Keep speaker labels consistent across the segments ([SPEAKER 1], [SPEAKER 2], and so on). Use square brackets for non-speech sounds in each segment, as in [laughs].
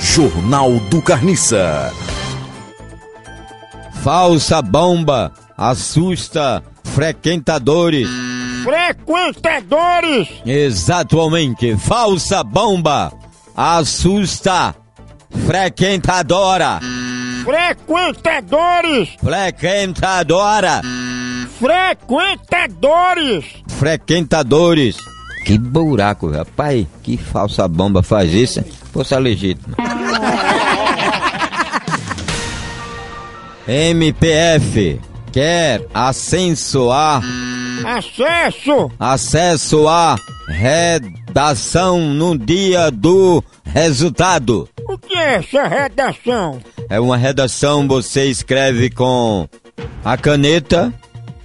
[SPEAKER 1] Jornal do Carniça.
[SPEAKER 2] Falsa bomba assusta frequentadores.
[SPEAKER 3] Frequentadores!
[SPEAKER 2] Exatamente, falsa bomba assusta frequentadora.
[SPEAKER 3] Frequentadores!
[SPEAKER 2] Frequentadora,
[SPEAKER 3] Frequentadores!
[SPEAKER 2] frequentadores. Que buraco, rapaz. Que falsa bomba faz isso. hein? Força legítima. MPF quer ascensoar
[SPEAKER 3] Acesso!
[SPEAKER 2] acesso à redação no dia do resultado.
[SPEAKER 3] O que é essa redação?
[SPEAKER 2] É uma redação, você escreve com a caneta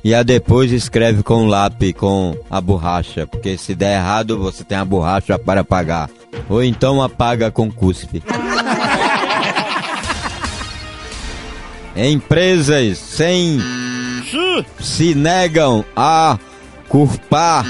[SPEAKER 2] e a depois escreve com o lápis, com a borracha, porque se der errado você tem a borracha para apagar. Ou então apaga com cuspe. [laughs] Empresas sem
[SPEAKER 3] Se
[SPEAKER 2] se negam a culpar,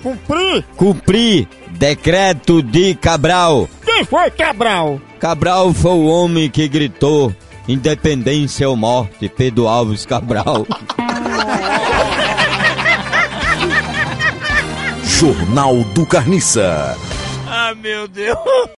[SPEAKER 3] cumprir,
[SPEAKER 2] cumprir decreto de Cabral.
[SPEAKER 3] quem foi Cabral?
[SPEAKER 2] Cabral foi o homem que gritou independência ou morte, Pedro Alves Cabral. [laughs]
[SPEAKER 1] Jornal do Carniça.
[SPEAKER 4] Ah, meu Deus.